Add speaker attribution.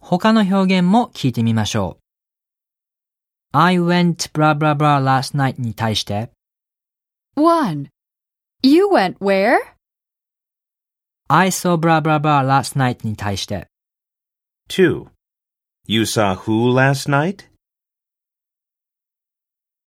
Speaker 1: 他の表現も聞いてみましょう。I went blah blah blah last night に対して、
Speaker 2: 1. You went where?
Speaker 1: I saw blah blah blah last night に対して、
Speaker 3: 2. You saw who last night?